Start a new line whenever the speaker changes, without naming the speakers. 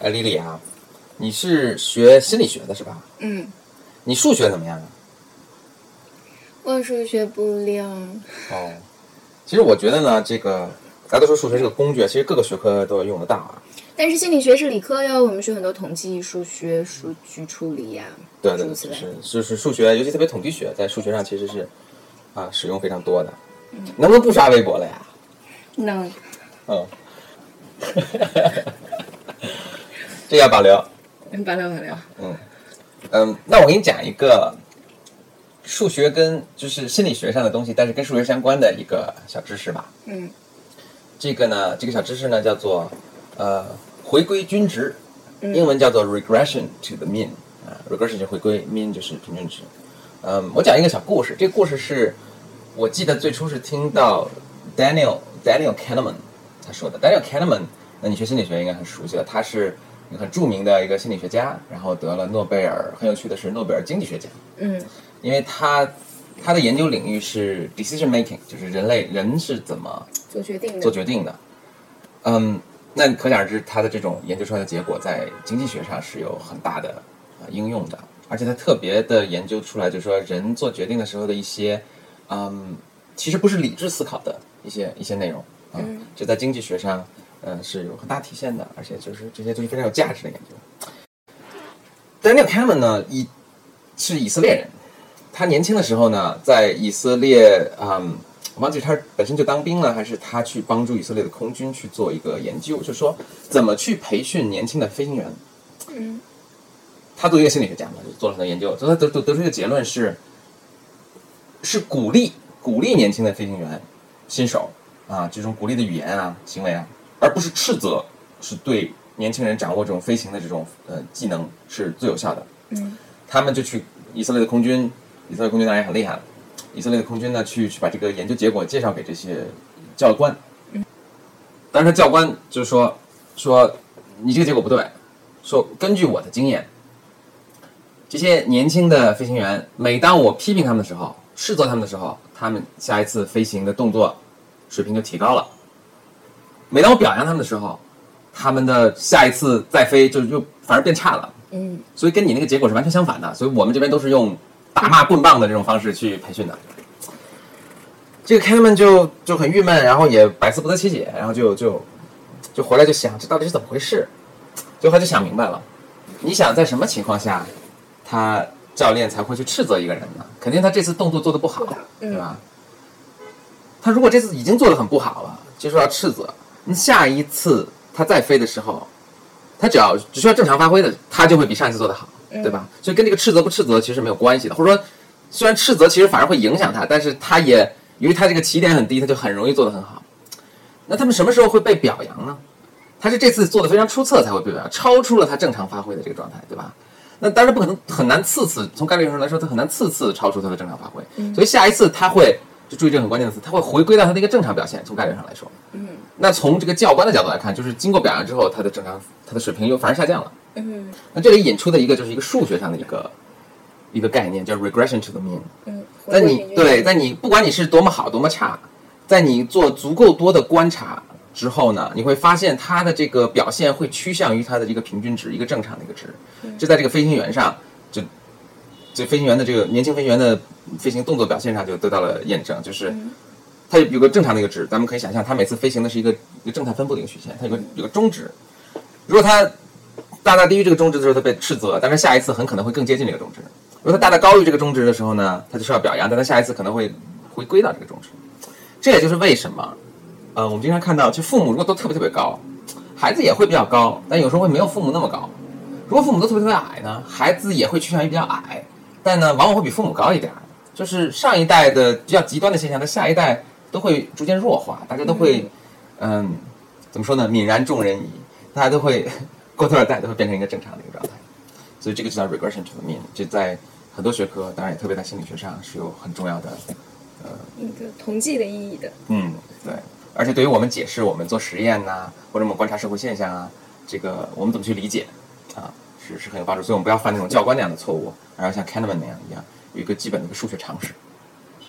哎，李李啊，你是学心理学的是吧？
嗯，
你数学怎么样啊？
我数学不灵。
哦，其实我觉得呢，这个大家都说数学是个工具，其实各个学科都要用得到啊。
但是心理学是理科哟，我们学很多统计、数学、数据处理呀、
对对
诸
对，
如此
就
类
是就是数学，尤其特别统计学，在数学上其实是啊使用非常多的。能不能不刷微博了呀？
能
嗯， 这要保留。
拔聊拔聊。
嗯，那我给你讲一个数学跟就是心理学上的东西，但是跟数学相关的一个小知识吧。
嗯，
这个呢，这个小知识呢叫做呃回归均值，
嗯
英文叫做 regression to the mean 啊、r e g r e s s i o n 是回归，mean 就是平均值。嗯，我讲一个小故事，这个故事是我记得最初是听到 Daniel Daniel Kahneman 他说的。Daniel Kahneman，那你学心理学应该很熟悉了，他是一个很著名的一个心理学家，然后得了诺贝尔，很有趣的是诺贝尔经济学奖。
嗯
因为他他的研究领域是 decision making，就是人类人是怎么
做决定的。
做决定的。嗯，那可想而知，他的这种研究出来的结果在经济学上是有很大的呃应用的，而且他特别的研究出来，就是说人做决定的时候的一些，嗯，其实不是理智思考的一些一些内容，啊、嗯，这在经济学上，嗯、是有很大体现的，而且就是这些都是非常有价值的研究。Daniel Kahneman 呢，以是以色列人，他年轻的时候呢，在以色列，嗯，我忘记他本身就当兵了，还是他去帮助以色列的空军去做一个研究，就说怎么去培训年轻的飞行员。
嗯
他作为一个心理学家嘛，就做了很多研究，所以他得得得出一个结论是，是鼓励鼓励年轻的飞行员新手啊，这种鼓励的语言啊、行为啊，而不是斥责，是对年轻人掌握这种飞行的这种呃技能是最有效的。
嗯，
他们就去以色列的空军，以色列空军当然也很厉害了，以色列的空军呢去去把这个研究结果介绍给这些教官，但是教官就说说你这个结果不对，说根据我的经验，这些年轻的飞行员，每当我批评他们的时候，斥责他们的时候，他们下一次飞行的动作水平就提高了。每当我表扬他们的时候，他们的下一次再飞就就反而变差了。
嗯
所以跟你那个结果是完全相反的。所以我们这边都是用打骂棍棒的这种方式去培训的。这个 Kahneman 就就很郁闷，然后也百思不得其解，然后就就就回来就想这到底是怎么回事？最后他就想明白了，你想在什么情况下，他教练才会去斥责一个人呢？肯定他这次动作做的不好，
嗯
对吧？他如果这次已经做的很不好了，就说要斥责，那下一次他再飞的时候，他只要只需要正常发挥的，他就会比上一次做的好，对吧？所以跟这个斥责不斥责其实没有关系的，或者说虽然斥责其实反而会影响他，但是他也由于他这个起点很低，他就很容易做得很好。那他们什么时候会被表扬呢？他是这次做的非常出色才会被表扬，超出了他正常发挥的这个状态，对吧？那当然不可能，很难次次从概率上来说，他很难次次超出他的正常发挥。
嗯
所以下一次他会就注意这个很关键的词，他会回归到他的一个正常表现。从概率上来说，
嗯，
那从这个教官的角度来看，就是经过表扬之后，他的正常他的水平又反而下降了。
嗯
那这里引出的一个就是一个数学上的一个一个概念，叫 regression to the mean。
嗯。
在
回归
你
平均
对，在你不管你是多么好多么差，在你做足够多的观察之后呢，你会发现它的这个表现会趋向于它的一个平均值，一个正常的一个值。
嗯
这在这个飞行员上，就这飞行员的这个年轻飞行员的飞行动作表现上就得到了验证，就是。
嗯
它有个正常的一个值，咱们可以想象，它每次飞行的是一个一个正态分布的一个曲线，它有个有个中值。如果它大大低于这个中值的时候，它被斥责，但是下一次很可能会更接近这个中值。如果它大大高于这个中值的时候呢，它就受到表扬，但它下一次可能会回归到这个中值。这也就是为什么，呃，我们经常看到，就父母如果都特别特别高，孩子也会比较高，但有时候会没有父母那么高。如果父母都特别特别矮呢，孩子也会趋向于比较矮，但呢，往往会比父母高一点儿。就是上一代的比较极端的现象，在下一代都会逐渐弱化，大家都会，嗯、怎么说呢？泯然众人矣，大家都会过多少代都会变成一个正常的一个状态。所以这个就叫 regression to the mean，这在很多学科，当然也特别在心理学上是有很重要的
一个统计的意义的。
嗯，对，而且对于我们解释我们做实验呐、或者我们观察社会现象啊，这个我们怎么去理解啊，是是很有帮助。所以我们不要犯那种教官那样的错误，而要像 Kahneman 那样一样，有一个基本的一个数学常识。